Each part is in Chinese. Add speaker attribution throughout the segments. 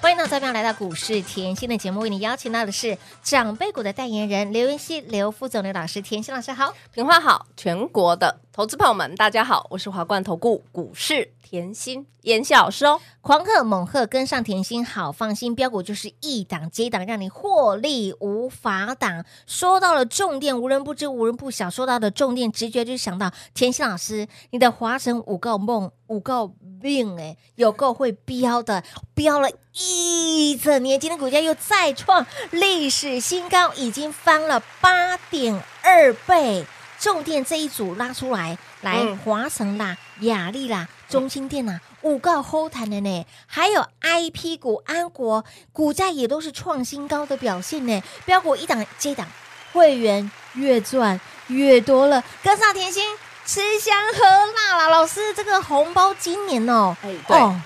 Speaker 1: 欢迎到这边来到股市甜心的节目，为你邀请到的是长辈股的代言人刘云熙、刘副总、刘老师。甜心老师好，
Speaker 2: 平花好，全国的投资朋友们，大家好，我是华冠投顾股市甜心妍希老师哦。
Speaker 1: 狂贺猛贺，跟上甜心好放心，标股就是一档接一档，让你获利无法挡。说到了重点，无人不知，无人不晓。说到的重点，直觉就想到甜心老师，你的华晨五够梦五够命哎、有够会飙的，飙了一整年，今天股价又再创历史新高，已经翻了八点二倍。重点这一组拉出来，来、
Speaker 2: 嗯
Speaker 1: 华晨啦、雅力啦、中心店啦，五个后谈的呢，还有 I P 股安国股价也都是创新高的表现呢，标股一档接一档，会员越赚越多了，跟上甜心。吃香喝辣啦，老师，这个红包今年哦，
Speaker 2: 哎对
Speaker 1: 哦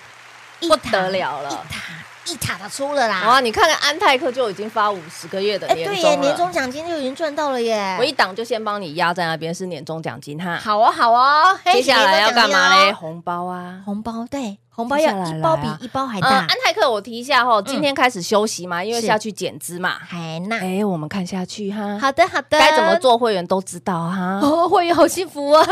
Speaker 1: 一
Speaker 2: 不
Speaker 1: 塔
Speaker 2: 得了了
Speaker 1: 一塔一塔的出了啦，
Speaker 2: 哇，你看看安泰克就已经发五十个月的
Speaker 1: 哎，
Speaker 2: 年
Speaker 1: 对
Speaker 2: 终
Speaker 1: 耶，
Speaker 2: 了，
Speaker 1: 年终奖金就已经赚到了耶，
Speaker 2: 我一档就先帮你压在那边是年终奖金哈。
Speaker 1: 好哦好哦，嘿
Speaker 2: 接下来要干嘛？
Speaker 1: 年终奖金
Speaker 2: 嘞？
Speaker 1: 哦
Speaker 2: 红包啊。
Speaker 1: 红包对，红包
Speaker 2: 接下
Speaker 1: 要
Speaker 2: 来
Speaker 1: 一
Speaker 2: 来
Speaker 1: 包
Speaker 2: 啊
Speaker 1: 比一包还
Speaker 2: 嗯，
Speaker 1: 大
Speaker 2: 安，泰克我提一下哈，今天开始休息嘛，因为
Speaker 1: 嗯是
Speaker 2: 下去减资嘛。
Speaker 1: 还那
Speaker 2: 哎，我们看下去哈，
Speaker 1: 好的好的，
Speaker 2: 该怎么？做会员都知道哈。
Speaker 1: 哦， 会员好幸福啊！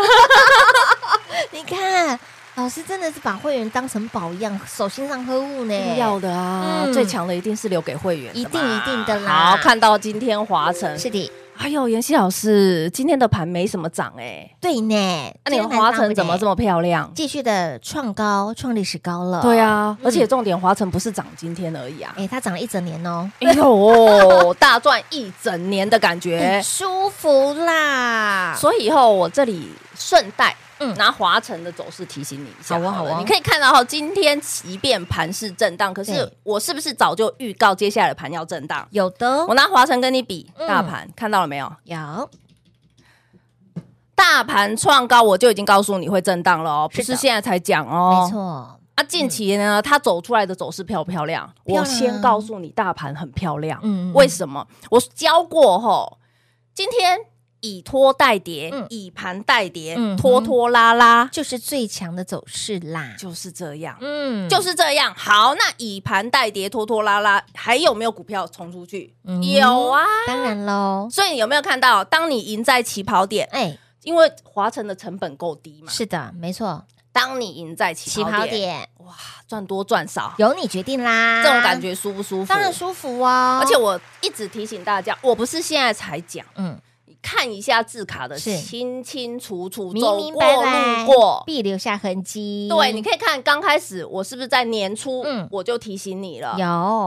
Speaker 1: 你看，老师真的是把会员当成宝一样，手心上呵护呢。
Speaker 2: 要的啊，
Speaker 1: 嗯
Speaker 2: 最强的一定是留给会员的嘛，
Speaker 1: 一定一定的啦
Speaker 2: 好，看到今天华晨，
Speaker 1: 是的，
Speaker 2: 哎呦，妍希老师，今天的盘没什么涨哎，
Speaker 1: 对呢。
Speaker 2: 那你华晨怎么这
Speaker 1: 么
Speaker 2: 么漂亮？
Speaker 1: 继续的创高，创历史高了？
Speaker 2: 对，啊，
Speaker 1: 嗯
Speaker 2: 而且重点华晨不是涨今天而已啊，
Speaker 1: 哎，它涨了一整年哦，
Speaker 2: 哎呦，大赚一整年的感觉
Speaker 1: 很。哎舒服啦。
Speaker 2: 嗯所以以后我这里顺带。
Speaker 1: 嗯
Speaker 2: 嗯，拿华晨的走势提醒你一下
Speaker 1: 好啊
Speaker 2: 好了
Speaker 1: 好啊
Speaker 2: 你可以看到哈，今天即便盘是震荡，可是
Speaker 1: 对
Speaker 2: 我是不是早就预告接下来的盘要震荡？
Speaker 1: 有的
Speaker 2: 我拿华晨跟你比，
Speaker 1: 嗯
Speaker 2: 大盘、看到了没有？哦
Speaker 1: 有，
Speaker 2: 大盘创高，我就已经告诉你会震荡了哦，
Speaker 1: 是的
Speaker 2: 不是现在才讲哦。
Speaker 1: 没。错，嗯
Speaker 2: 啊，近期呢，它走出来的走势漂不漂亮？
Speaker 1: 漂亮啊
Speaker 2: 我先告诉你，大盘很漂亮。
Speaker 1: 嗯嗯嗯
Speaker 2: 为什么？我教过吼，今天以拖带跌，
Speaker 1: 嗯
Speaker 2: 以盘带跌，
Speaker 1: 嗯哼
Speaker 2: 拖拖拉拉，
Speaker 1: 就是最强的走势啦。
Speaker 2: 就是这样。
Speaker 1: 嗯，
Speaker 2: 就是这样，好，那以盘带跌，拖拖拉拉，还有没有股票冲出去？
Speaker 1: 嗯
Speaker 2: 有啊，
Speaker 1: 当然喽。
Speaker 2: 所以你有没有看到，当你赢在起跑点，
Speaker 1: 哎，
Speaker 2: 因为华晨的成本够低嘛，
Speaker 1: 是的，没错，
Speaker 2: 当你赢在起
Speaker 1: 起
Speaker 2: 跑点，
Speaker 1: 跑点
Speaker 2: 赚多赚少，
Speaker 1: 由你决定啦。
Speaker 2: 这种感觉舒不舒服？
Speaker 1: 当然舒服啊，
Speaker 2: 而且我一直提醒大家，我不是现在才讲，
Speaker 1: 嗯，
Speaker 2: 你看一下字卡的
Speaker 1: 是
Speaker 2: 清清楚楚，
Speaker 1: 明
Speaker 2: 走
Speaker 1: 明
Speaker 2: 过
Speaker 1: 白白
Speaker 2: 路过。
Speaker 1: 必留下痕迹。
Speaker 2: 对，你可以看刚开始我是不是在年初，
Speaker 1: 嗯
Speaker 2: 我就提醒你了。
Speaker 1: 有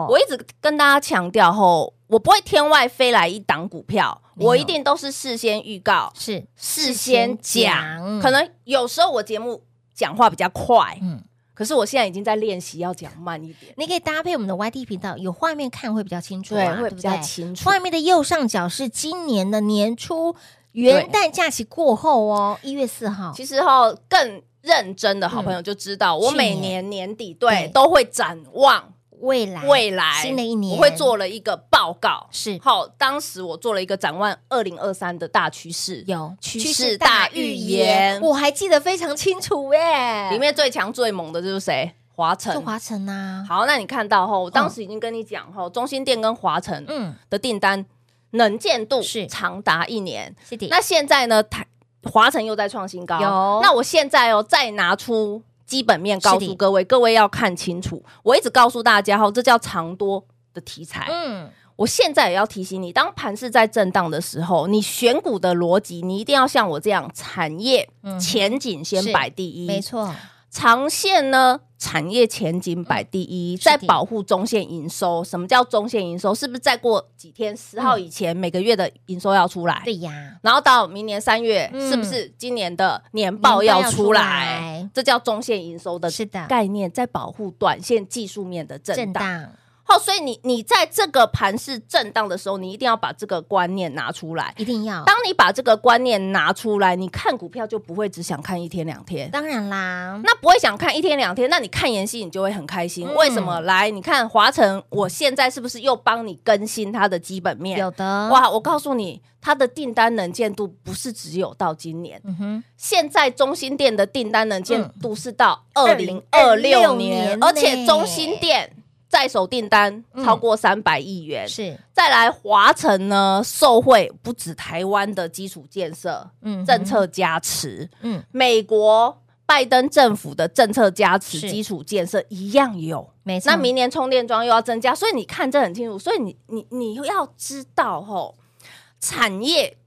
Speaker 2: 我一直跟大家强调吼，我不会天外飞来一档股票，
Speaker 1: 没有
Speaker 2: 我一定都是事先预告、
Speaker 1: 是事
Speaker 2: 事先
Speaker 1: 先
Speaker 2: 讲
Speaker 1: 讲。
Speaker 2: 可能有时候我节目讲话比较快，
Speaker 1: 嗯，
Speaker 2: 可是我现在已经在练习要讲慢一点，
Speaker 1: 你可以搭配我们的 YT 频道，有画面看会比较清楚啊，
Speaker 2: 会
Speaker 1: 对
Speaker 2: 比
Speaker 1: 不
Speaker 2: 较
Speaker 1: 对？
Speaker 2: 清楚。
Speaker 1: 画面的右上角是今年的年初元旦假期过后哦，一月四号。
Speaker 2: 其实哈、更认真的好朋友就知道，我
Speaker 1: 去
Speaker 2: 每
Speaker 1: 年
Speaker 2: 年年底
Speaker 1: 对
Speaker 2: 对都会展望
Speaker 1: 未来
Speaker 2: 未来，
Speaker 1: 新的一年
Speaker 2: 我会做了一个报告。
Speaker 1: 是
Speaker 2: 好，当时我做了一个展望二零二三的大趋势，
Speaker 1: 有
Speaker 2: 趋势大预言
Speaker 1: 我还记得非常清楚耶。
Speaker 2: 里面最强最猛的就是谁？华
Speaker 1: 就
Speaker 2: 晨。
Speaker 1: 华晨啊呐，
Speaker 2: 好，那你看到后，我当时已经跟你讲后，中心店跟华晨
Speaker 1: 嗯，
Speaker 2: 的订单能见度
Speaker 1: 是
Speaker 2: 长达一年，
Speaker 1: 是的，
Speaker 2: 那现在呢，台华晨又在创新高。
Speaker 1: 有
Speaker 2: 那我现在哦，再拿出基本面告
Speaker 1: 是的
Speaker 2: 诉各位，各位要看清楚。我一直告诉大家哈、哦，这叫长多的题材。
Speaker 1: 嗯，
Speaker 2: 我现在也要提醒你，当盘是在震荡的时候，你选股的逻辑，你一定要像我这样，产业
Speaker 1: 嗯
Speaker 2: 前景先
Speaker 1: 是
Speaker 2: 摆第一，
Speaker 1: 没。错，
Speaker 2: 长线呢，产业前景摆第一，
Speaker 1: 是的
Speaker 2: 在保护中线营收。什么叫中线营收？是不是再过几天十号以
Speaker 1: 嗯
Speaker 2: 前，每个月的营收要出来？
Speaker 1: 对呀，
Speaker 2: 然后到明年三月，
Speaker 1: 嗯
Speaker 2: 是不是今年的年报要出
Speaker 1: 年报要出
Speaker 2: 来
Speaker 1: 来？
Speaker 2: 这叫中线营收的
Speaker 1: 是的
Speaker 2: 概念，在保护短线技术面的震
Speaker 1: 震
Speaker 2: 荡。
Speaker 1: 荡，
Speaker 2: 好，所以你你在这个盘势震荡的时候，你一定要把这个观念拿出来。
Speaker 1: 一定要。
Speaker 2: 当你把这个观念拿出来，你看股票就不会只想看一天两天。
Speaker 1: 当然啦，
Speaker 2: 那不会想看一天两天，那你看妍希你就会很开心。
Speaker 1: 嗯
Speaker 2: 为什么？来，你看华晨，我现在是不是又帮你更新它的基本面？
Speaker 1: 有的哇，
Speaker 2: 哇，我告诉你，它的订单能见度不是只有到今年，
Speaker 1: 嗯哼，
Speaker 2: 现在中心店的订单能见度是到
Speaker 1: 嗯
Speaker 2: 二零二
Speaker 1: 2026
Speaker 2: 六
Speaker 1: 年
Speaker 2: 年，
Speaker 1: 呢
Speaker 2: 而且中心店在手订单
Speaker 1: 嗯
Speaker 2: 超过三百亿元。
Speaker 1: 是，
Speaker 2: 再来，华晨呢，受惠不止台湾的基础建设
Speaker 1: 嗯
Speaker 2: 政，策加持，
Speaker 1: 嗯，
Speaker 2: 美国拜登政府的政策加持、
Speaker 1: 是
Speaker 2: 基础建设一样有。
Speaker 1: 没错。
Speaker 2: 那明年充电桩又要增加，所以你看这很清楚。所以你你你要知道吼，产业，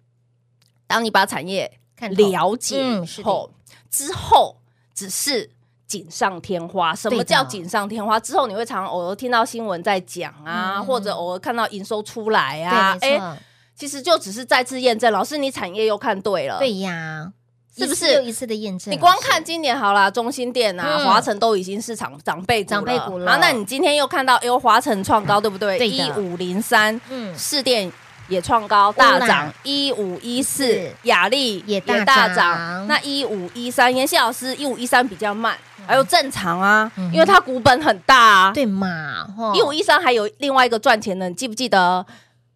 Speaker 2: 当你把产业
Speaker 1: 看透
Speaker 2: 了解
Speaker 1: 嗯是的
Speaker 2: 后，之后只是。锦上添花，什
Speaker 1: 对
Speaker 2: 么
Speaker 1: 的
Speaker 2: 叫锦上添花？之后你会常偶尔听到新闻在讲啊，
Speaker 1: 嗯
Speaker 2: 或者偶尔看到营收出来啊
Speaker 1: 对，，
Speaker 2: 诶
Speaker 1: 没错，
Speaker 2: 其实就只是再次验证，老师你产业又看对了，
Speaker 1: 对呀，
Speaker 2: 是不
Speaker 1: 一次
Speaker 2: 是
Speaker 1: 又一次的验证？
Speaker 2: 你光看今年好啦，中心店啊，
Speaker 1: 嗯
Speaker 2: 华晨都已经是长长辈
Speaker 1: 长辈股了
Speaker 2: 好，那你今天又看到，哎呦，华晨创高，对不对？
Speaker 1: 对
Speaker 2: 一
Speaker 1: 的
Speaker 2: 五零三，
Speaker 1: 嗯
Speaker 2: 市电也创高，
Speaker 1: 啦
Speaker 2: 大涨一五一四
Speaker 1: 是，
Speaker 2: 雅丽
Speaker 1: 也大涨
Speaker 2: 那一五一三，妍希老师一五一三比较慢，哎呦，正常啊
Speaker 1: 嗯，哼
Speaker 2: 因为它股本很大啊。
Speaker 1: 对哦嘛，吼
Speaker 2: 一五一三还有另外一个赚钱的，你记不记得？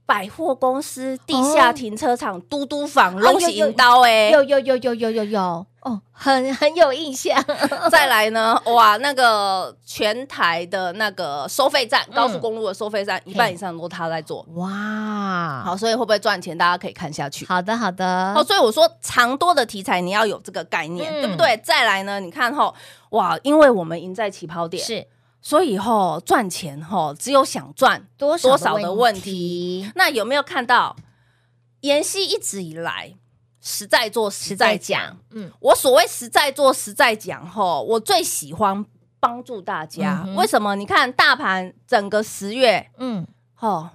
Speaker 2: 百货公司地下停车场、嘟嘟房、
Speaker 1: 哦
Speaker 2: 龙喜
Speaker 1: 有有
Speaker 2: 银刀，哎，
Speaker 1: 有有有有有有有哦，很很有印象，
Speaker 2: 再来呢，哇，那个全台的那个收费站，高速公路的收费站，一半以上都他在做。
Speaker 1: 哇，
Speaker 2: 嗯好，所以会不会赚钱，大家可以看下去。
Speaker 1: 好的好的
Speaker 2: 好，，所以我说长多的题材你要有这个概念，
Speaker 1: 嗯
Speaker 2: 对不对？再来呢，你看吼，哇，因为我们赢在起跑点，
Speaker 1: 是
Speaker 2: 所以吼赚钱吼只有想赚。
Speaker 1: 多少
Speaker 2: 多少
Speaker 1: 的
Speaker 2: 的
Speaker 1: 问
Speaker 2: 问
Speaker 1: 题？
Speaker 2: 那有没有看到妍希一直以来实在做实在讲？，
Speaker 1: 嗯，
Speaker 2: 我所谓实在做实在讲吼，我最喜欢帮助大家。
Speaker 1: 嗯哼
Speaker 2: 为什么？你看大盘整个十月
Speaker 1: 嗯，
Speaker 2: 吼，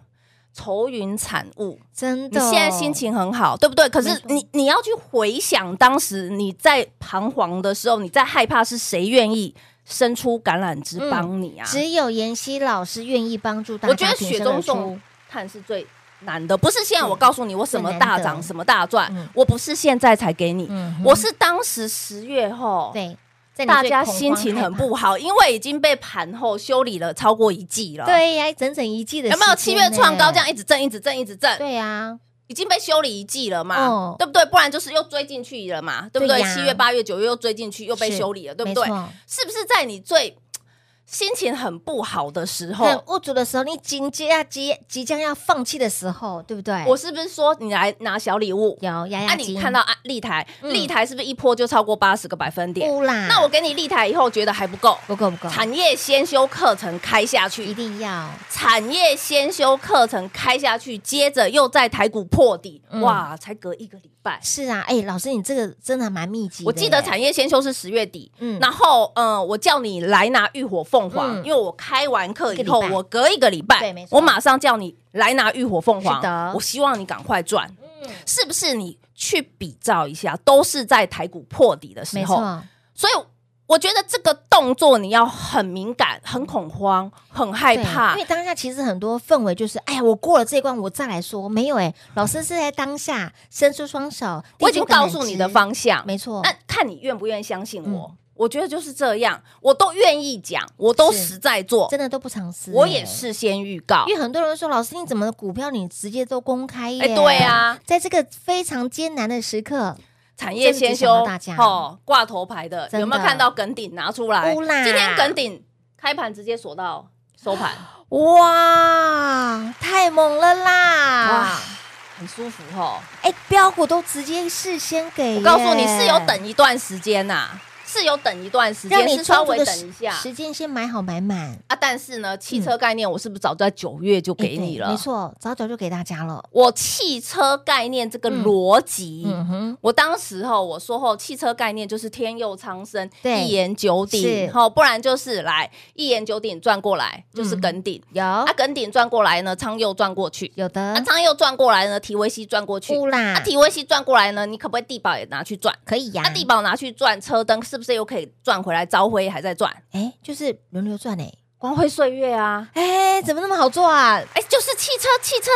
Speaker 2: 愁云惨雾，
Speaker 1: 真
Speaker 2: 你
Speaker 1: 的哦，
Speaker 2: 现在心情很好，对不对？可
Speaker 1: 没
Speaker 2: 是
Speaker 1: 错
Speaker 2: 你你要去回想当时你在彷徨的时候，你在害怕，是谁愿意伸出橄榄
Speaker 1: 嗯
Speaker 2: 枝帮你啊？
Speaker 1: 只有妍希老师愿意帮助大家，
Speaker 2: 我觉得雪中送，炭是最。难的不是现在我告诉你我什么
Speaker 1: 最难
Speaker 2: 大
Speaker 1: 的
Speaker 2: 涨什么大赚
Speaker 1: 嗯，
Speaker 2: 我不是现在才给你，
Speaker 1: 嗯哼嗯
Speaker 2: 我是当时十月后，
Speaker 1: 对，在你
Speaker 2: 大
Speaker 1: 最
Speaker 2: 家
Speaker 1: 恐慌
Speaker 2: 心情很不好，因为已经被盘后修理了超过一季了。
Speaker 1: 害怕，，对呀，整整一季的
Speaker 2: 有没有
Speaker 1: 时
Speaker 2: 七
Speaker 1: 间
Speaker 2: 月创高
Speaker 1: 呢
Speaker 2: 这样？一直震、一直震、一直震，
Speaker 1: 对呀，
Speaker 2: 已经被修理一季了嘛？
Speaker 1: 哦
Speaker 2: 对不对？不然就是又追进去了嘛，对不
Speaker 1: 对
Speaker 2: 对？
Speaker 1: 呀
Speaker 2: 七月、八月、九月又追进去，又被
Speaker 1: 是
Speaker 2: 修理了，对不
Speaker 1: 没
Speaker 2: 对？
Speaker 1: 错
Speaker 2: 是不是在你最心情很不好的时
Speaker 1: 很
Speaker 2: 候？
Speaker 1: 无助的时候，你紧接要即即将要放弃的时候，对不对？
Speaker 2: 我是不是说你来拿小礼物？
Speaker 1: 有牙
Speaker 2: 那、
Speaker 1: 牙
Speaker 2: 你
Speaker 1: 金，
Speaker 2: 看到啊，立台，
Speaker 1: 嗯
Speaker 2: 立台是不是一波就超过八十个百分点？
Speaker 1: 不啦？
Speaker 2: 那我给你立台以后，觉得还不够，
Speaker 1: 不够不够，
Speaker 2: 产业先修课程开下
Speaker 1: 一
Speaker 2: 去，
Speaker 1: 定要
Speaker 2: 产业先修课程开下去，接着又在台股破底，
Speaker 1: 嗯
Speaker 2: 哇，才隔一个礼拜。
Speaker 1: 是啊，哎，老师你这个真的蛮密集的耶，
Speaker 2: 我记得产业先修是十月底，
Speaker 1: 嗯
Speaker 2: 然后嗯、呃我叫你来拿浴火凤凰，
Speaker 1: 嗯
Speaker 2: 因为我开完课以后
Speaker 1: 一个礼，拜
Speaker 2: 我隔一个礼拜，
Speaker 1: 对没错
Speaker 2: 我马上叫你来拿浴火凤凰，
Speaker 1: 是的嗯
Speaker 2: 我希望你赶快赚，是不是？你去比照一下，都是在台股破底的时
Speaker 1: 没
Speaker 2: 候，
Speaker 1: 错，
Speaker 2: 所以我觉得这个动作你要很敏感、很恐慌、很害
Speaker 1: 对
Speaker 2: 怕
Speaker 1: 因为，当下其实很多氛围就是，哎呀，我过了这一关，我再来说。没有哎、老师是在当下伸出双手，
Speaker 2: 我已经
Speaker 1: 递出橄榄
Speaker 2: 告诉你的
Speaker 1: 枝，
Speaker 2: 方向，
Speaker 1: 没错，
Speaker 2: 那看你愿不愿意相信我。
Speaker 1: 嗯
Speaker 2: 我觉得就是这样，我都愿意讲，我都
Speaker 1: 是
Speaker 2: 实在做，
Speaker 1: 真的都不藏私、
Speaker 2: 我也，啊事先预告
Speaker 1: 因。为很多人说，老师你怎么股票你直接都公开耶？
Speaker 2: 哎对啊，
Speaker 1: 在这个非常艰难的时刻，
Speaker 2: 产业
Speaker 1: 真的
Speaker 2: 先修
Speaker 1: 影响到大家
Speaker 2: 哦，挂头牌的
Speaker 1: 真的
Speaker 2: 有没有看到耿鼎拿出来？
Speaker 1: 有啦
Speaker 2: 今天耿鼎开盘直接锁到收盘，
Speaker 1: 哇，太猛了啦
Speaker 2: 哇！，很舒服哦。
Speaker 1: 啊哎，标股都直接事先给耶，
Speaker 2: 我告诉你是有等一段时间呐，是有等一段时
Speaker 1: 让
Speaker 2: 间，
Speaker 1: 你
Speaker 2: 是稍
Speaker 1: 充足
Speaker 2: 微
Speaker 1: 的
Speaker 2: 等
Speaker 1: 时
Speaker 2: 一下
Speaker 1: 时间先买好买满，
Speaker 2: 啊。但是呢，汽车概念我是不是早在九月就
Speaker 1: 嗯哎
Speaker 2: 给你
Speaker 1: 对
Speaker 2: 了？
Speaker 1: 没，错，早早就给大家了。
Speaker 2: 我汽车概念这个
Speaker 1: 嗯
Speaker 2: 逻辑，
Speaker 1: 嗯哼，
Speaker 2: 我当时吼我说吼，汽车概念就是天佑苍生，
Speaker 1: 对
Speaker 2: 一言九鼎
Speaker 1: 是，
Speaker 2: 吼，不然就是来一言九鼎转过来就是
Speaker 1: 嗯
Speaker 2: 耿鼎，
Speaker 1: 有、
Speaker 2: 啊耿鼎转过来呢，苍佑转过去，
Speaker 1: 有的
Speaker 2: 啊，苍佑转过来呢，提维西转过去，
Speaker 1: 乌啦，
Speaker 2: 啊提维西转过来呢，你可不可以地保也拿去转？
Speaker 1: 可以呀、
Speaker 2: 啊地保拿去转车灯，是不是又可以转回来？朝晖还在转，
Speaker 1: 哎，就是轮流转哎，
Speaker 2: 光辉岁月啊，
Speaker 1: 哎，怎么那么好做啊？
Speaker 2: 哎，就是汽车汽车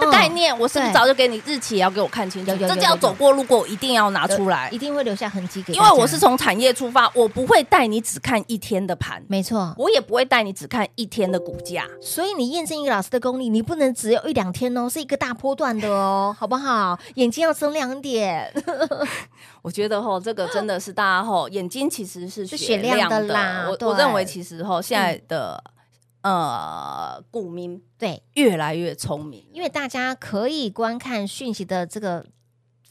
Speaker 2: 的概念，我是不
Speaker 1: 嗯
Speaker 2: 是
Speaker 1: 对
Speaker 2: 早就给你日期也要给我看清楚？
Speaker 1: 有有有
Speaker 2: 这
Speaker 1: 有
Speaker 2: 叫
Speaker 1: 有
Speaker 2: 走过路过，我一定要拿出来
Speaker 1: 一，定会留下痕迹给大
Speaker 2: 因
Speaker 1: 家，
Speaker 2: 为我是从产业出发，我不会带你只看一天的盘，
Speaker 1: 没错，
Speaker 2: 我也不会带你只看一天的股价。
Speaker 1: 所以你验证一个老师的功力，你不能只有一两天哦，是一个大波段的哦，好不好？眼睛要睁亮点，
Speaker 2: 我觉得吼，这个真的是大家吼，眼睛其实是
Speaker 1: 是
Speaker 2: 雪
Speaker 1: 雪亮
Speaker 2: 亮
Speaker 1: 的
Speaker 2: 的
Speaker 1: 啦
Speaker 2: 我
Speaker 1: 对嗯
Speaker 2: 我认为其实吼，现在的呃股民
Speaker 1: 对，
Speaker 2: 越来越聪明，
Speaker 1: 因为大家可以观看讯息的这个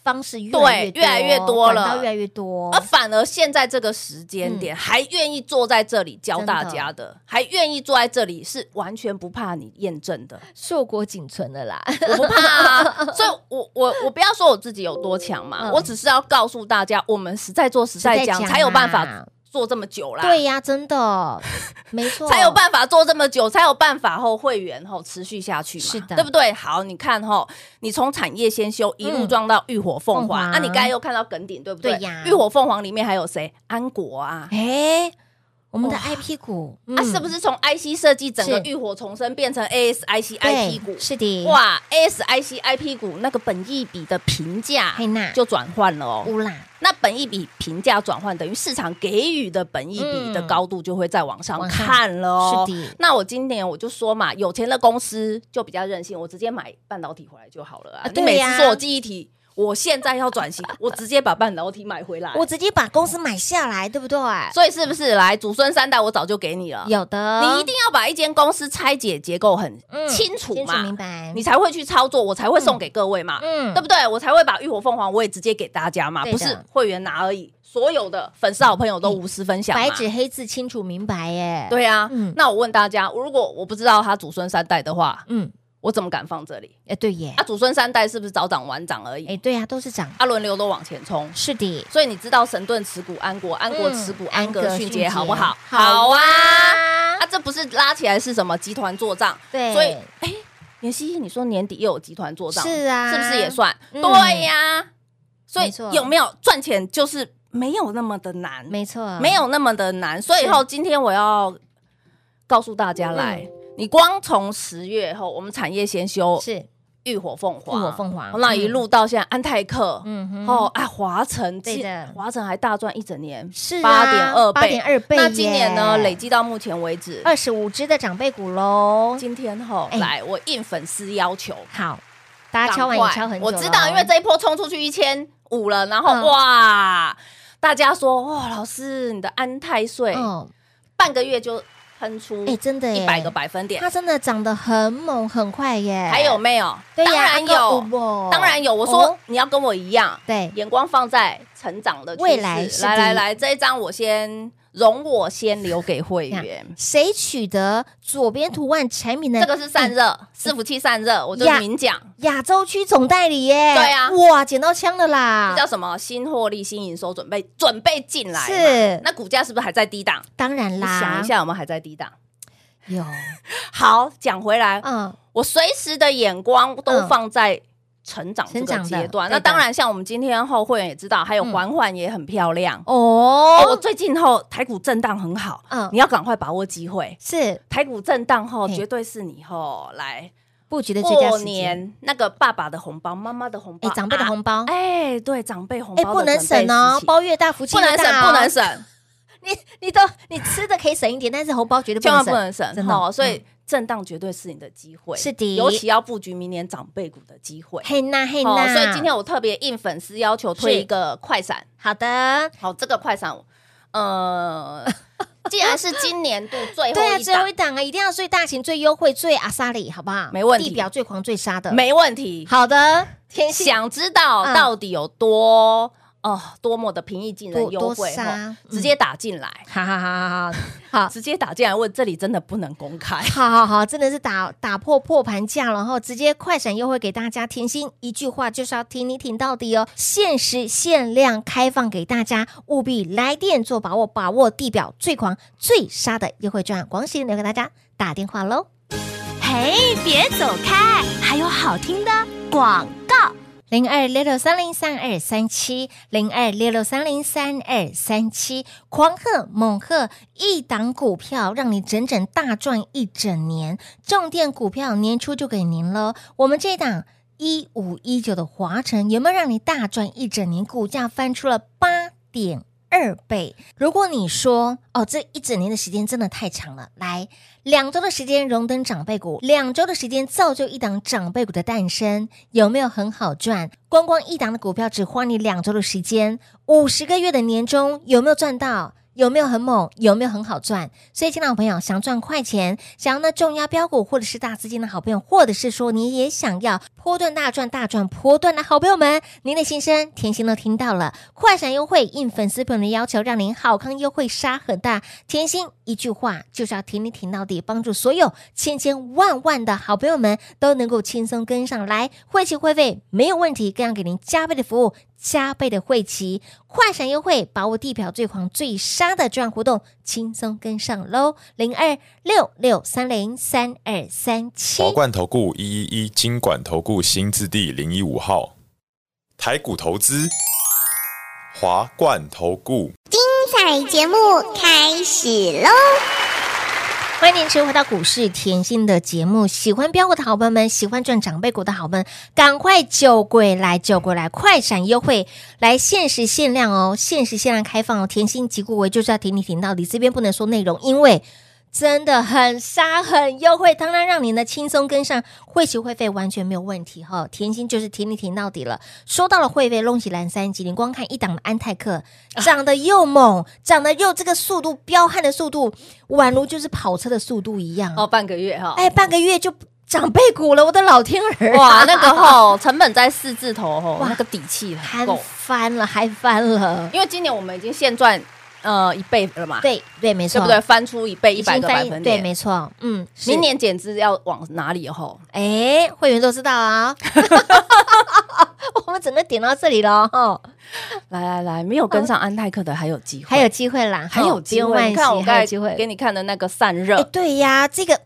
Speaker 1: 方式越
Speaker 2: 对
Speaker 1: 越
Speaker 2: 越来越多了啊
Speaker 1: 管道越来越多
Speaker 2: 而。反而现在这个时间
Speaker 1: 嗯
Speaker 2: 点，还愿意坐在这里教大家的，还愿意坐在这里，是完全不怕你验证的。
Speaker 1: 硕果仅存了啦，
Speaker 2: 我不怕啊，所以我我我不要说我自己有多强嘛，
Speaker 1: 嗯
Speaker 2: 我只是要告诉大家，我们实在做实在
Speaker 1: 实
Speaker 2: 讲，
Speaker 1: 在讲啊
Speaker 2: 才有办法做这么久啦。
Speaker 1: 对啊呀，真的，哦 没错，
Speaker 2: 才有办法做这么久，才有办法后会员后持续下去嘛，
Speaker 1: 是的
Speaker 2: 对不对？好，你看吼，你从产业先修一路
Speaker 1: 嗯
Speaker 2: 撞到浴火凤
Speaker 1: 凤凰
Speaker 2: 凰，啊那、你刚才又看到耿鼎，对不对？
Speaker 1: 对呀
Speaker 2: 浴火凤凰里面还有谁？安国啊，
Speaker 1: 哎，我们的
Speaker 2: 哇
Speaker 1: IP 股
Speaker 2: 啊，是不是从 IC 设计整个
Speaker 1: 嗯是
Speaker 2: 浴火重生变成 ASIC
Speaker 1: 对
Speaker 2: IP 股？
Speaker 1: 是的，，
Speaker 2: 哇，ASIC IP 股那个本益比的评价
Speaker 1: 嘿嗯娜
Speaker 2: 就转换了哦。
Speaker 1: 乌啦，
Speaker 2: 那本益比评价转换等于市场给予的本益比的
Speaker 1: 嗯
Speaker 2: 高度就会再往上
Speaker 1: 往上
Speaker 2: 看了哦。
Speaker 1: 是的，
Speaker 2: 那我今年我就说嘛，有钱的公司就比较任性，我直接买半导体回来就好了啊。
Speaker 1: 啊
Speaker 2: 你
Speaker 1: 对
Speaker 2: 每
Speaker 1: 呀
Speaker 2: 次说我记忆体，我现在要转型，我直接把半导体买回来。
Speaker 1: 我直接把公司买下来，对不对？
Speaker 2: 所以是不是来祖孙三代我早就给你了？
Speaker 1: 有的，
Speaker 2: 你一定要把一间公司拆解结构很
Speaker 1: 嗯
Speaker 2: 清楚
Speaker 1: 清楚
Speaker 2: 嘛，
Speaker 1: 明白，
Speaker 2: 你才会去操作，我才会送给各位嘛，
Speaker 1: 嗯
Speaker 2: 对不对？我才会把浴火凤凰我也直接给大家嘛，
Speaker 1: 对
Speaker 2: 不
Speaker 1: 的
Speaker 2: 是会员拿而已，所有的粉丝好朋友都无私分享嘛。
Speaker 1: 白纸黑字清楚明白耶。，
Speaker 2: 对啊，
Speaker 1: 嗯
Speaker 2: 那我问大家，如果我不知道他祖孙三代的话，
Speaker 1: 嗯，
Speaker 2: 我怎么敢放这里？
Speaker 1: 哎，对耶
Speaker 2: 啊，，祖孙三代是不是早涨晚涨而已？
Speaker 1: 哎，对呀，都是涨，
Speaker 2: 啊，轮流都往前冲。
Speaker 1: 是的，
Speaker 2: 所以你知道神盾持股安国，安国
Speaker 1: 嗯
Speaker 2: 持股
Speaker 1: 安
Speaker 2: 安格
Speaker 1: 格
Speaker 2: 迅
Speaker 1: 迅捷
Speaker 2: 捷好不好？
Speaker 1: 好啊，
Speaker 2: 啊，啊，这不是拉起来是什么集团做账？
Speaker 1: 对，
Speaker 2: 所以妍希，你说年底又有集团做账，
Speaker 1: 是啊
Speaker 2: 是不是也算？
Speaker 1: 嗯
Speaker 2: 对呀，所
Speaker 1: 没
Speaker 2: 以
Speaker 1: 错
Speaker 2: 有没有赚钱就是没有那么的难，
Speaker 1: 没错，
Speaker 2: 没有那么的难。所以后今天我要告诉大家
Speaker 1: 嗯
Speaker 2: 来，你光从十月后，我们产业先修
Speaker 1: 是
Speaker 2: 浴火凤凰，
Speaker 1: 浴火凤凰
Speaker 2: 那一路到现在安泰克，
Speaker 1: 嗯哼
Speaker 2: 哦啊，华晨，
Speaker 1: 对的
Speaker 2: 华晨还大赚一整年，
Speaker 1: 是啊
Speaker 2: 八点二
Speaker 1: 八点二倍耶。
Speaker 2: 那今年呢，累计到目前为止，
Speaker 1: 二十五只的长辈股喽。
Speaker 2: 今天吼
Speaker 1: 哎
Speaker 2: 来，我应粉丝要求，
Speaker 1: 好，大家敲完也
Speaker 2: 赶快
Speaker 1: 敲很久哦
Speaker 2: 我
Speaker 1: 咯，
Speaker 2: 知道，因为这一波冲出去一千五了，然后
Speaker 1: 嗯
Speaker 2: 哇，大家说哇，老师你的安泰税
Speaker 1: 哦，
Speaker 2: 半个月就喷出
Speaker 1: 哎，真的耶
Speaker 2: 一百个，百分点，
Speaker 1: 它真的涨得很猛很快耶。
Speaker 2: 还有没有？
Speaker 1: 对呀，
Speaker 2: 当然有，
Speaker 1: 有
Speaker 2: 当然有。我
Speaker 1: 哦
Speaker 2: 说你要跟我一样，
Speaker 1: 对，
Speaker 2: 眼光放在成长的趋势
Speaker 1: 未来是
Speaker 2: 来
Speaker 1: 第一
Speaker 2: 来来，这一张我先容我先留给会员。
Speaker 1: 谁取得左边图案产品的
Speaker 2: 这个是散热，伺服器散热，我
Speaker 1: 嗯
Speaker 2: 就
Speaker 1: 呀
Speaker 2: 明讲，
Speaker 1: 亚洲区总代理耶？
Speaker 2: 对啊
Speaker 1: 哇，捡到枪了
Speaker 2: 这
Speaker 1: 啦！
Speaker 2: 叫什么？新获利、新营收，准备准备进来嘛。
Speaker 1: 是
Speaker 2: 那股价是不是还在低档？
Speaker 1: 当然
Speaker 2: 你
Speaker 1: 啦，
Speaker 2: 想一下，有没有还在低档？
Speaker 1: 有，
Speaker 2: 好，讲回来，
Speaker 1: 嗯，
Speaker 2: 我随时的眼光都
Speaker 1: 嗯
Speaker 2: 放在成长这
Speaker 1: 成
Speaker 2: 个
Speaker 1: 长的
Speaker 2: 阶段。
Speaker 1: 对的
Speaker 2: 那当然，像我们今天后会员也知道，还有
Speaker 1: 嗯
Speaker 2: 环环也很漂亮。哦，我
Speaker 1: 哦，
Speaker 2: 最近后台股震荡很好，
Speaker 1: 嗯
Speaker 2: 你要赶快把握机会。
Speaker 1: 是
Speaker 2: 台股震荡后，
Speaker 1: 嘿
Speaker 2: 绝对是你后来
Speaker 1: 布局的最佳
Speaker 2: 过
Speaker 1: 时间，
Speaker 2: 年那个爸爸的红包、妈妈的红包、
Speaker 1: 哎，长辈的
Speaker 2: 啊
Speaker 1: 红包，
Speaker 2: 哎，对，长辈红
Speaker 1: 哎，
Speaker 2: 包
Speaker 1: 不
Speaker 2: 的
Speaker 1: 能
Speaker 2: 准备
Speaker 1: 省哦
Speaker 2: 时，期
Speaker 1: 包越大福气
Speaker 2: 不
Speaker 1: 越
Speaker 2: 能省，
Speaker 1: 大，
Speaker 2: 不能，省，
Speaker 1: 你你都你吃的可以省一点，但是红包绝对不
Speaker 2: 千
Speaker 1: 能
Speaker 2: 万不
Speaker 1: 省，
Speaker 2: 能省
Speaker 1: 真的
Speaker 2: 哦。所以
Speaker 1: 嗯
Speaker 2: 震荡绝对是你的机会，
Speaker 1: 是的
Speaker 2: 尤其要布局明年长辈股的机会。
Speaker 1: 嘿呐嘿
Speaker 2: 哦，
Speaker 1: 呐，
Speaker 2: 所以今天我特别应粉丝要求推
Speaker 1: 是
Speaker 2: 一个快闪，
Speaker 1: 好的，
Speaker 2: 好，这个快闪我，呃， 既然是今年度最后
Speaker 1: 对啊，
Speaker 2: 一
Speaker 1: 最后
Speaker 2: 档
Speaker 1: 一，档啊，一定要最大型、最优惠、最阿萨里，好不好？
Speaker 2: 没问题
Speaker 1: 地表最狂、最杀的，
Speaker 2: 没问题。
Speaker 1: 好的，天蝎
Speaker 2: 想知道
Speaker 1: 嗯
Speaker 2: 到底有多哦多么的平易近人
Speaker 1: 多
Speaker 2: 优
Speaker 1: 多
Speaker 2: 惠
Speaker 1: 杀
Speaker 2: 哦，
Speaker 1: 嗯
Speaker 2: 直接打进来，
Speaker 1: 哈哈哈哈哈，好。
Speaker 2: 直接打进来问，这里真的不能公开。
Speaker 1: 好好好，真的是打打破破盘价，然后直接快闪优惠给大家。甜心一句话就是要挺你挺到底哦，限时限量开放给大家，务必来电做把握，把握地表最狂最杀的优惠券，广喜留给大家打电话喽。
Speaker 3: 嘿，别走开，还有好听的广告。
Speaker 1: 零二六六三零三二三七零二六六三零三二三七，狂贺猛贺一档股票，让你整整大赚一整年。重点股票年初就给您喽，我们这档。一五一九的华晨有没有让你大赚一整年？股价翻出了八点二倍。如果你说哦，这一整年的时间真的太长了，来两周的时间荣登长辈股，两周的时间造就一档长辈股的诞生，有没有很好赚？光光一档的股票只花你两周的时间，五十个月的年终有没有赚到？有没有很猛？有没有很好赚？所以，亲爱的朋友，想赚快钱，想要呢重压标股或者是大资金的好朋友，或者是说你也想要波段大赚、大赚波段的好朋友们，您的心声，甜心都听到了。快闪优惠应粉丝朋友的要求，让您好康优惠杀很大。甜心一句话就是要停你停到底，帮助所有千千万万的好朋友们都能够轻松跟上来，会期会费没有问题，更要给您加倍的服务。加倍的会期，快闪优惠，把握地表最狂最杀的赚活动，轻松跟上喽！零二六六三零三二三七
Speaker 4: 华，冠投顾一一一金管投顾新字第零一五号，台股投资，华冠投顾。
Speaker 5: 彩节目开始喽！
Speaker 1: 欢迎您持续回到股市甜心的节目。喜欢标股的好朋友们，喜欢赚长辈股的好朋友们，赶快就过来，就过来！快闪优惠，来限时限量哦，限时限量开放哦！甜心及顾维就是要停你停到底，这边不能说内容，因为。真的很杀很优惠，当然让你呢轻松跟上，会期会费完全没有问题哈。甜心就是停你停到底了，说到了会费，弄起蓝三级，你光看一档的安泰克
Speaker 2: 啊
Speaker 1: 涨得又猛，涨得又这个速度彪悍的速度，宛如就是跑车的速度一样。
Speaker 2: 哦，半个月哈，
Speaker 1: 嗯哎，半个月就长辈股了，我的老天儿、
Speaker 2: 哇，那 个吼，成本在四字头吼，
Speaker 1: 哇
Speaker 2: 那个底气很
Speaker 1: 还
Speaker 2: 够，
Speaker 1: 翻了，还翻了。
Speaker 2: 因为今年我们已经现赚呃一倍了嘛，，
Speaker 1: 对对，没错，
Speaker 2: 对不对？翻出一倍，一
Speaker 1: 嗯已
Speaker 2: 百
Speaker 1: 经
Speaker 2: 个
Speaker 1: 翻
Speaker 2: 百
Speaker 1: 译
Speaker 2: 分
Speaker 1: 对，
Speaker 2: 点，
Speaker 1: 没错，嗯，是
Speaker 2: 明年减资要往哪里吼？
Speaker 1: 哎，会员都知道啊。 我们只能点到这里喽，哈，
Speaker 2: 来来来，没有跟上安泰克的还有机会，
Speaker 1: 还有机会啦，
Speaker 2: 还
Speaker 1: 吼
Speaker 2: 有机
Speaker 1: 不用
Speaker 2: 会。
Speaker 1: 惋
Speaker 2: 你看我
Speaker 1: 惜，
Speaker 2: 刚
Speaker 1: 还
Speaker 2: 才
Speaker 1: 有机
Speaker 2: 给
Speaker 1: 会。
Speaker 2: 你看的那个散热
Speaker 1: 哎，，对呀，这个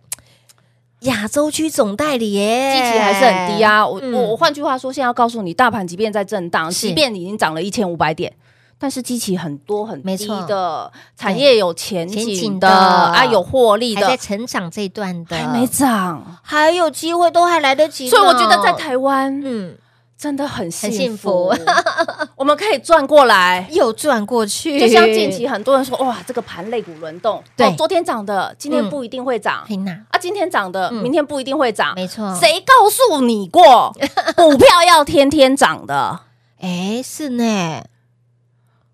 Speaker 1: 亚洲区总代理耶，
Speaker 2: 基期还是很低。啊。我
Speaker 1: 哎嗯
Speaker 2: 我我换句话说，现在要告诉你，大盘即便在震荡，
Speaker 1: 是
Speaker 2: 即便已经涨了一千五百点。但是基期很多很
Speaker 1: 没
Speaker 2: 低
Speaker 1: 错
Speaker 2: 的产业有前
Speaker 1: 前景
Speaker 2: 景
Speaker 1: 的
Speaker 2: 的啊，有获利
Speaker 1: 还
Speaker 2: 的
Speaker 1: 在，成长这一段的，
Speaker 2: 还没涨，
Speaker 1: 还有机会，都还来得及呢。
Speaker 2: 所以我觉得在台湾
Speaker 1: 嗯，
Speaker 2: 真的很
Speaker 1: 很幸
Speaker 2: 幸
Speaker 1: 福
Speaker 2: 福，我们可以转过来。
Speaker 1: 又转过去，
Speaker 2: 就像近期很多人说，哇，这个盘类股轮动，
Speaker 1: 对
Speaker 2: 哦昨天涨的，今
Speaker 1: 嗯
Speaker 2: 天不一定会涨，
Speaker 1: 嘿娜，
Speaker 2: 啊，今天涨的，
Speaker 1: 嗯
Speaker 2: 明天不一定会涨，
Speaker 1: 没错
Speaker 2: 谁告诉 你过股票要天天涨的？
Speaker 1: 哎，是呢，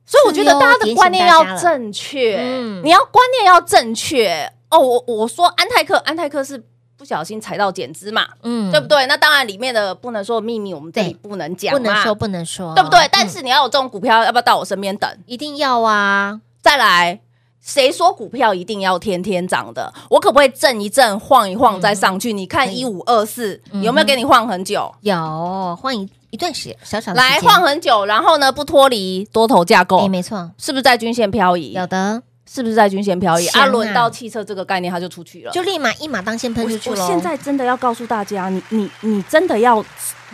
Speaker 2: 所以我觉得
Speaker 1: 是哟
Speaker 2: 大家的观念要
Speaker 1: 提醒大家
Speaker 2: 正确，
Speaker 1: 嗯
Speaker 2: 你要观念要正确。哦，我我说安泰克，安泰克是不小心踩到减资嘛，
Speaker 1: 嗯，
Speaker 2: 对不？对？那当然里面的不能说的秘密，我们这里
Speaker 1: 对
Speaker 2: 不能讲嘛，
Speaker 1: 不能说，不能说，
Speaker 2: 对不对？但
Speaker 1: 嗯
Speaker 2: 是你要有这种股票，要不要到我身边等？
Speaker 1: 一定要啊，
Speaker 2: 再来，谁说股票一定要天天涨的？我可不可以震一震、晃一晃再上去？你
Speaker 1: 可
Speaker 2: 看
Speaker 1: 以
Speaker 2: 一五二四
Speaker 1: 嗯哼
Speaker 2: 有没有给你晃很久？
Speaker 1: 有换一一段时小小的
Speaker 2: 来
Speaker 1: 时间
Speaker 2: 晃很久，然后呢不脱离多头架
Speaker 1: 哎，
Speaker 2: 构，
Speaker 1: 没错，
Speaker 2: 是不是在均线漂移
Speaker 1: 有？的
Speaker 2: 是不是在均线漂移？
Speaker 1: 行啊
Speaker 2: 啊，轮到汽车这个概念，它就出去了。
Speaker 1: 就立马一马当先
Speaker 2: 我
Speaker 1: 喷出去
Speaker 2: 我
Speaker 1: 喽。
Speaker 2: 现在真的要告诉大家，你你你真的要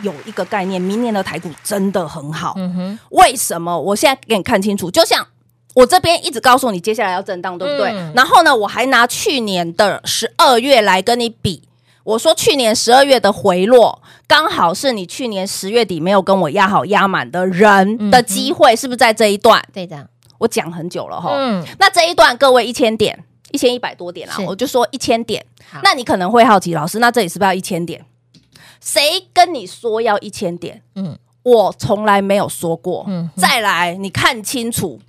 Speaker 2: 有一个概念，明年的台股真的很好。
Speaker 1: 嗯哼，
Speaker 2: 为什么？我现在给你看清楚，就像我这边一直告诉你接下来要震荡，对不对？
Speaker 1: 嗯
Speaker 2: 然后呢，我还拿去年的十二月来跟你比。我说去年十二月的回落，刚好是你去年十月底没有跟我压好压满的人的机会，是不是在这一段？
Speaker 1: 对的，
Speaker 2: 我讲很久了哈。
Speaker 1: 嗯，
Speaker 2: 那这一段各位一千点，一千一百多点啦啊
Speaker 1: 是，
Speaker 2: 我就说一千点
Speaker 1: 好。
Speaker 2: 那你可能会好奇，老师，那这里是不是要一千点？谁跟你说要一千点？
Speaker 1: 嗯
Speaker 2: 嗯，我从来没有说过。
Speaker 1: 嗯
Speaker 2: 嗯，再来，你看清楚，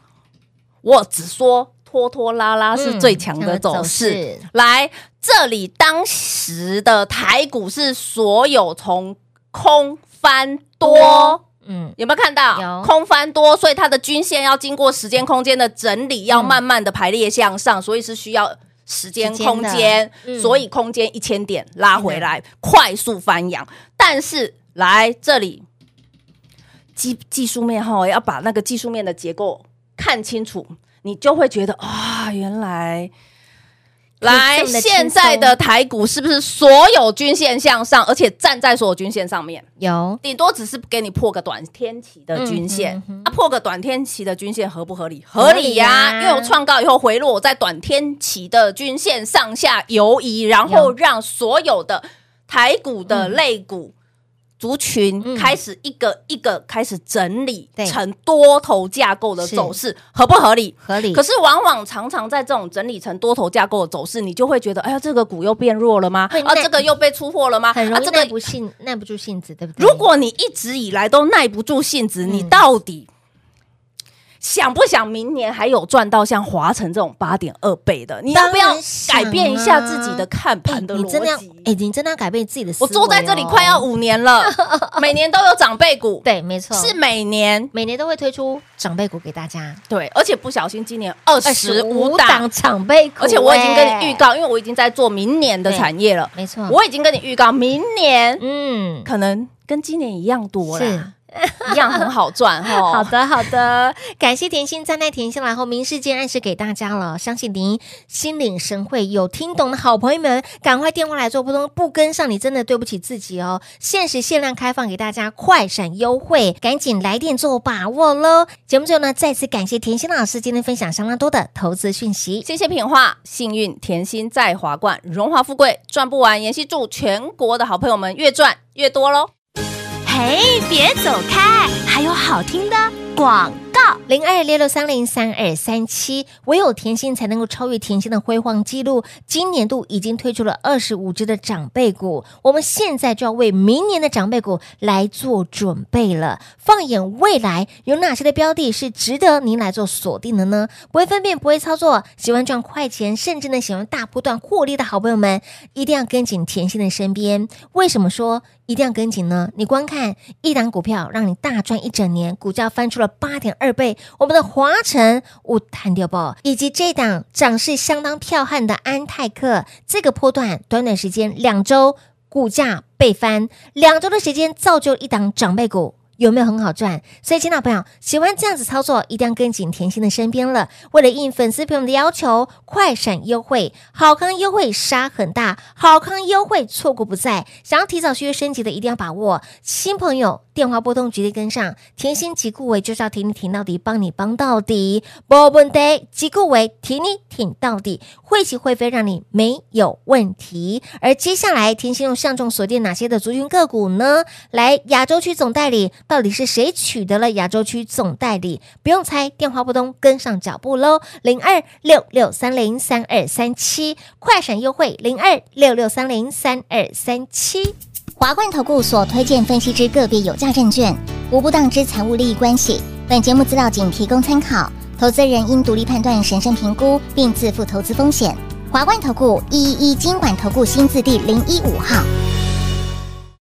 Speaker 2: 我只说拖拖拉拉是最强的走
Speaker 1: 强
Speaker 2: 势。
Speaker 1: 的走
Speaker 2: 来，这里当时的台股是所有从空翻多
Speaker 1: 多嗯，
Speaker 2: 有没有看到？
Speaker 1: 有
Speaker 2: 空翻多，所以它的均线要经过时间空间的整理，要慢慢的排列向上，所以是需要时间
Speaker 1: 时间的
Speaker 2: 空间，
Speaker 1: 嗯
Speaker 2: 所以空间一千点拉回来，快速翻扬。但是来这里技技术面哈，要把那个技术面的结构看清楚，你就会觉得啊、原来来，
Speaker 1: 这么的轻松
Speaker 2: 现在的台股是不是所有均线向上，而且站在所有均线上面？
Speaker 1: 有
Speaker 2: 顶多只是给你破个短天期的均线，
Speaker 1: 嗯嗯嗯
Speaker 2: 啊，破个短天期的均线合不合理？合理呀、
Speaker 1: 合理呀
Speaker 2: 因为我创高以后回落，我在短天期的均线上下游移，然后让所有的台股的类股。族群
Speaker 1: 嗯
Speaker 2: 开始一个一个开始整理
Speaker 1: 对，
Speaker 2: 成多头架构的
Speaker 1: 是
Speaker 2: 走势，合不合理？
Speaker 1: 合理，
Speaker 2: 可
Speaker 1: 是
Speaker 2: 是往往常常在这种整理成多头架构的走势，你就会觉得，哎呀，这个股又变弱了吗？
Speaker 1: 会
Speaker 2: 啊，
Speaker 1: 耐
Speaker 2: 这个又被出货了吗？
Speaker 1: 很
Speaker 2: 啊，
Speaker 1: 容易
Speaker 2: 这
Speaker 1: 耐
Speaker 2: 个
Speaker 1: 不性耐不住性子，对不对？
Speaker 2: 嗯如果你一直以来都耐不住性
Speaker 1: 嗯
Speaker 2: 子，你到底想不想明年还有赚到像华晨这种八点二倍的？你要不
Speaker 1: 当
Speaker 2: 要
Speaker 1: 然想啊
Speaker 2: 改变一下自己的看
Speaker 1: 哎
Speaker 2: 盘的
Speaker 1: 你
Speaker 2: 逻
Speaker 1: 真的要
Speaker 2: 辑？
Speaker 1: 哎，你真的要改变自己的思
Speaker 2: 我
Speaker 1: 维哦。
Speaker 2: 坐在这里快要五年了， 每年都有长辈
Speaker 1: 啊
Speaker 2: 股，
Speaker 1: 对，没错，
Speaker 2: 是每年
Speaker 1: 每年都会推出长辈股给大家，
Speaker 2: 对，而且不小心今年二十五
Speaker 1: 25
Speaker 2: 档。
Speaker 1: 长辈股，
Speaker 2: 而且我已经跟
Speaker 1: 哎
Speaker 2: 你预，告，因为我已经在做明年的
Speaker 1: 对
Speaker 2: 产业了。
Speaker 1: 没错，
Speaker 2: 我已经跟你预告，明年
Speaker 1: 嗯，
Speaker 2: 可能跟今年一样多
Speaker 1: 是
Speaker 2: 啦，一样很好赚哈。
Speaker 1: 好的，好的，感谢甜心赞奈甜心，然后明世界暗示给大家了，相信您心领神会。有听懂的好朋友们，赶快电话来做不通，不跟上你真的对不起自己哦。限时限量开放给大家快闪优惠，赶紧来电做把握喽！节目最后呢，再次感谢甜心老师今天分享相当多的投资讯息。
Speaker 2: 谢谢品画，幸运甜心在华冠，荣华富贵赚不完。妍希祝全国的好朋友们越赚越多喽！
Speaker 3: 嘿，别走开，还有好听的广告。
Speaker 1: 零二六六三零三二三七，唯有甜心才能够超越甜心的辉煌记录。今年度已经推出了二十五只的长辈股，我们现在就要为明年的长辈股来做准备了。放眼未来，有哪些的标的是值得您来做锁定的呢？不会分辨，不会操作，喜欢赚快钱，甚至呢喜欢大波段获利的好朋友们，一定要跟紧甜心的身边。为什么说一定要跟紧呢？你光看一档股票，让你大赚一整年，股价翻出了八点二倍。我们的华晨、五探掉爆，以及这档涨势相当彪悍的安泰克，这个波段短短时间两周，股价倍翻，两周的时间造就一档长辈股。有没有很好赚？所以，亲爱的朋友，喜欢这样子操作，一定要跟紧甜心的身边了。为了应粉丝朋友们的要求，快闪优惠，好康优惠杀很大，好康优惠错过不再。想要提早续约升级的，一定要把握。新朋友电话拨通，直接跟上。甜心及顾维就是要挺你挺到底，帮你帮到底。波问 day 及顾维挺你挺到底，会起会飞，让你没有问题。而接下来，甜心又上重锁定哪些的族群个股呢？来，亚洲区总代理到底是谁取得了亚洲区总代理？不用猜，电话不通，跟上脚步喽。零二六六三零三二三七，快闪优惠零二六六三零三二三七。
Speaker 5: 华冠投顾所推荐分析之个别有价证券，无不当之财务利益关系。本节目资料仅提供参考，投资人应独立判断、审慎评估，并自负投资风险。华冠投顾一一一金管投顾新字第零一五号。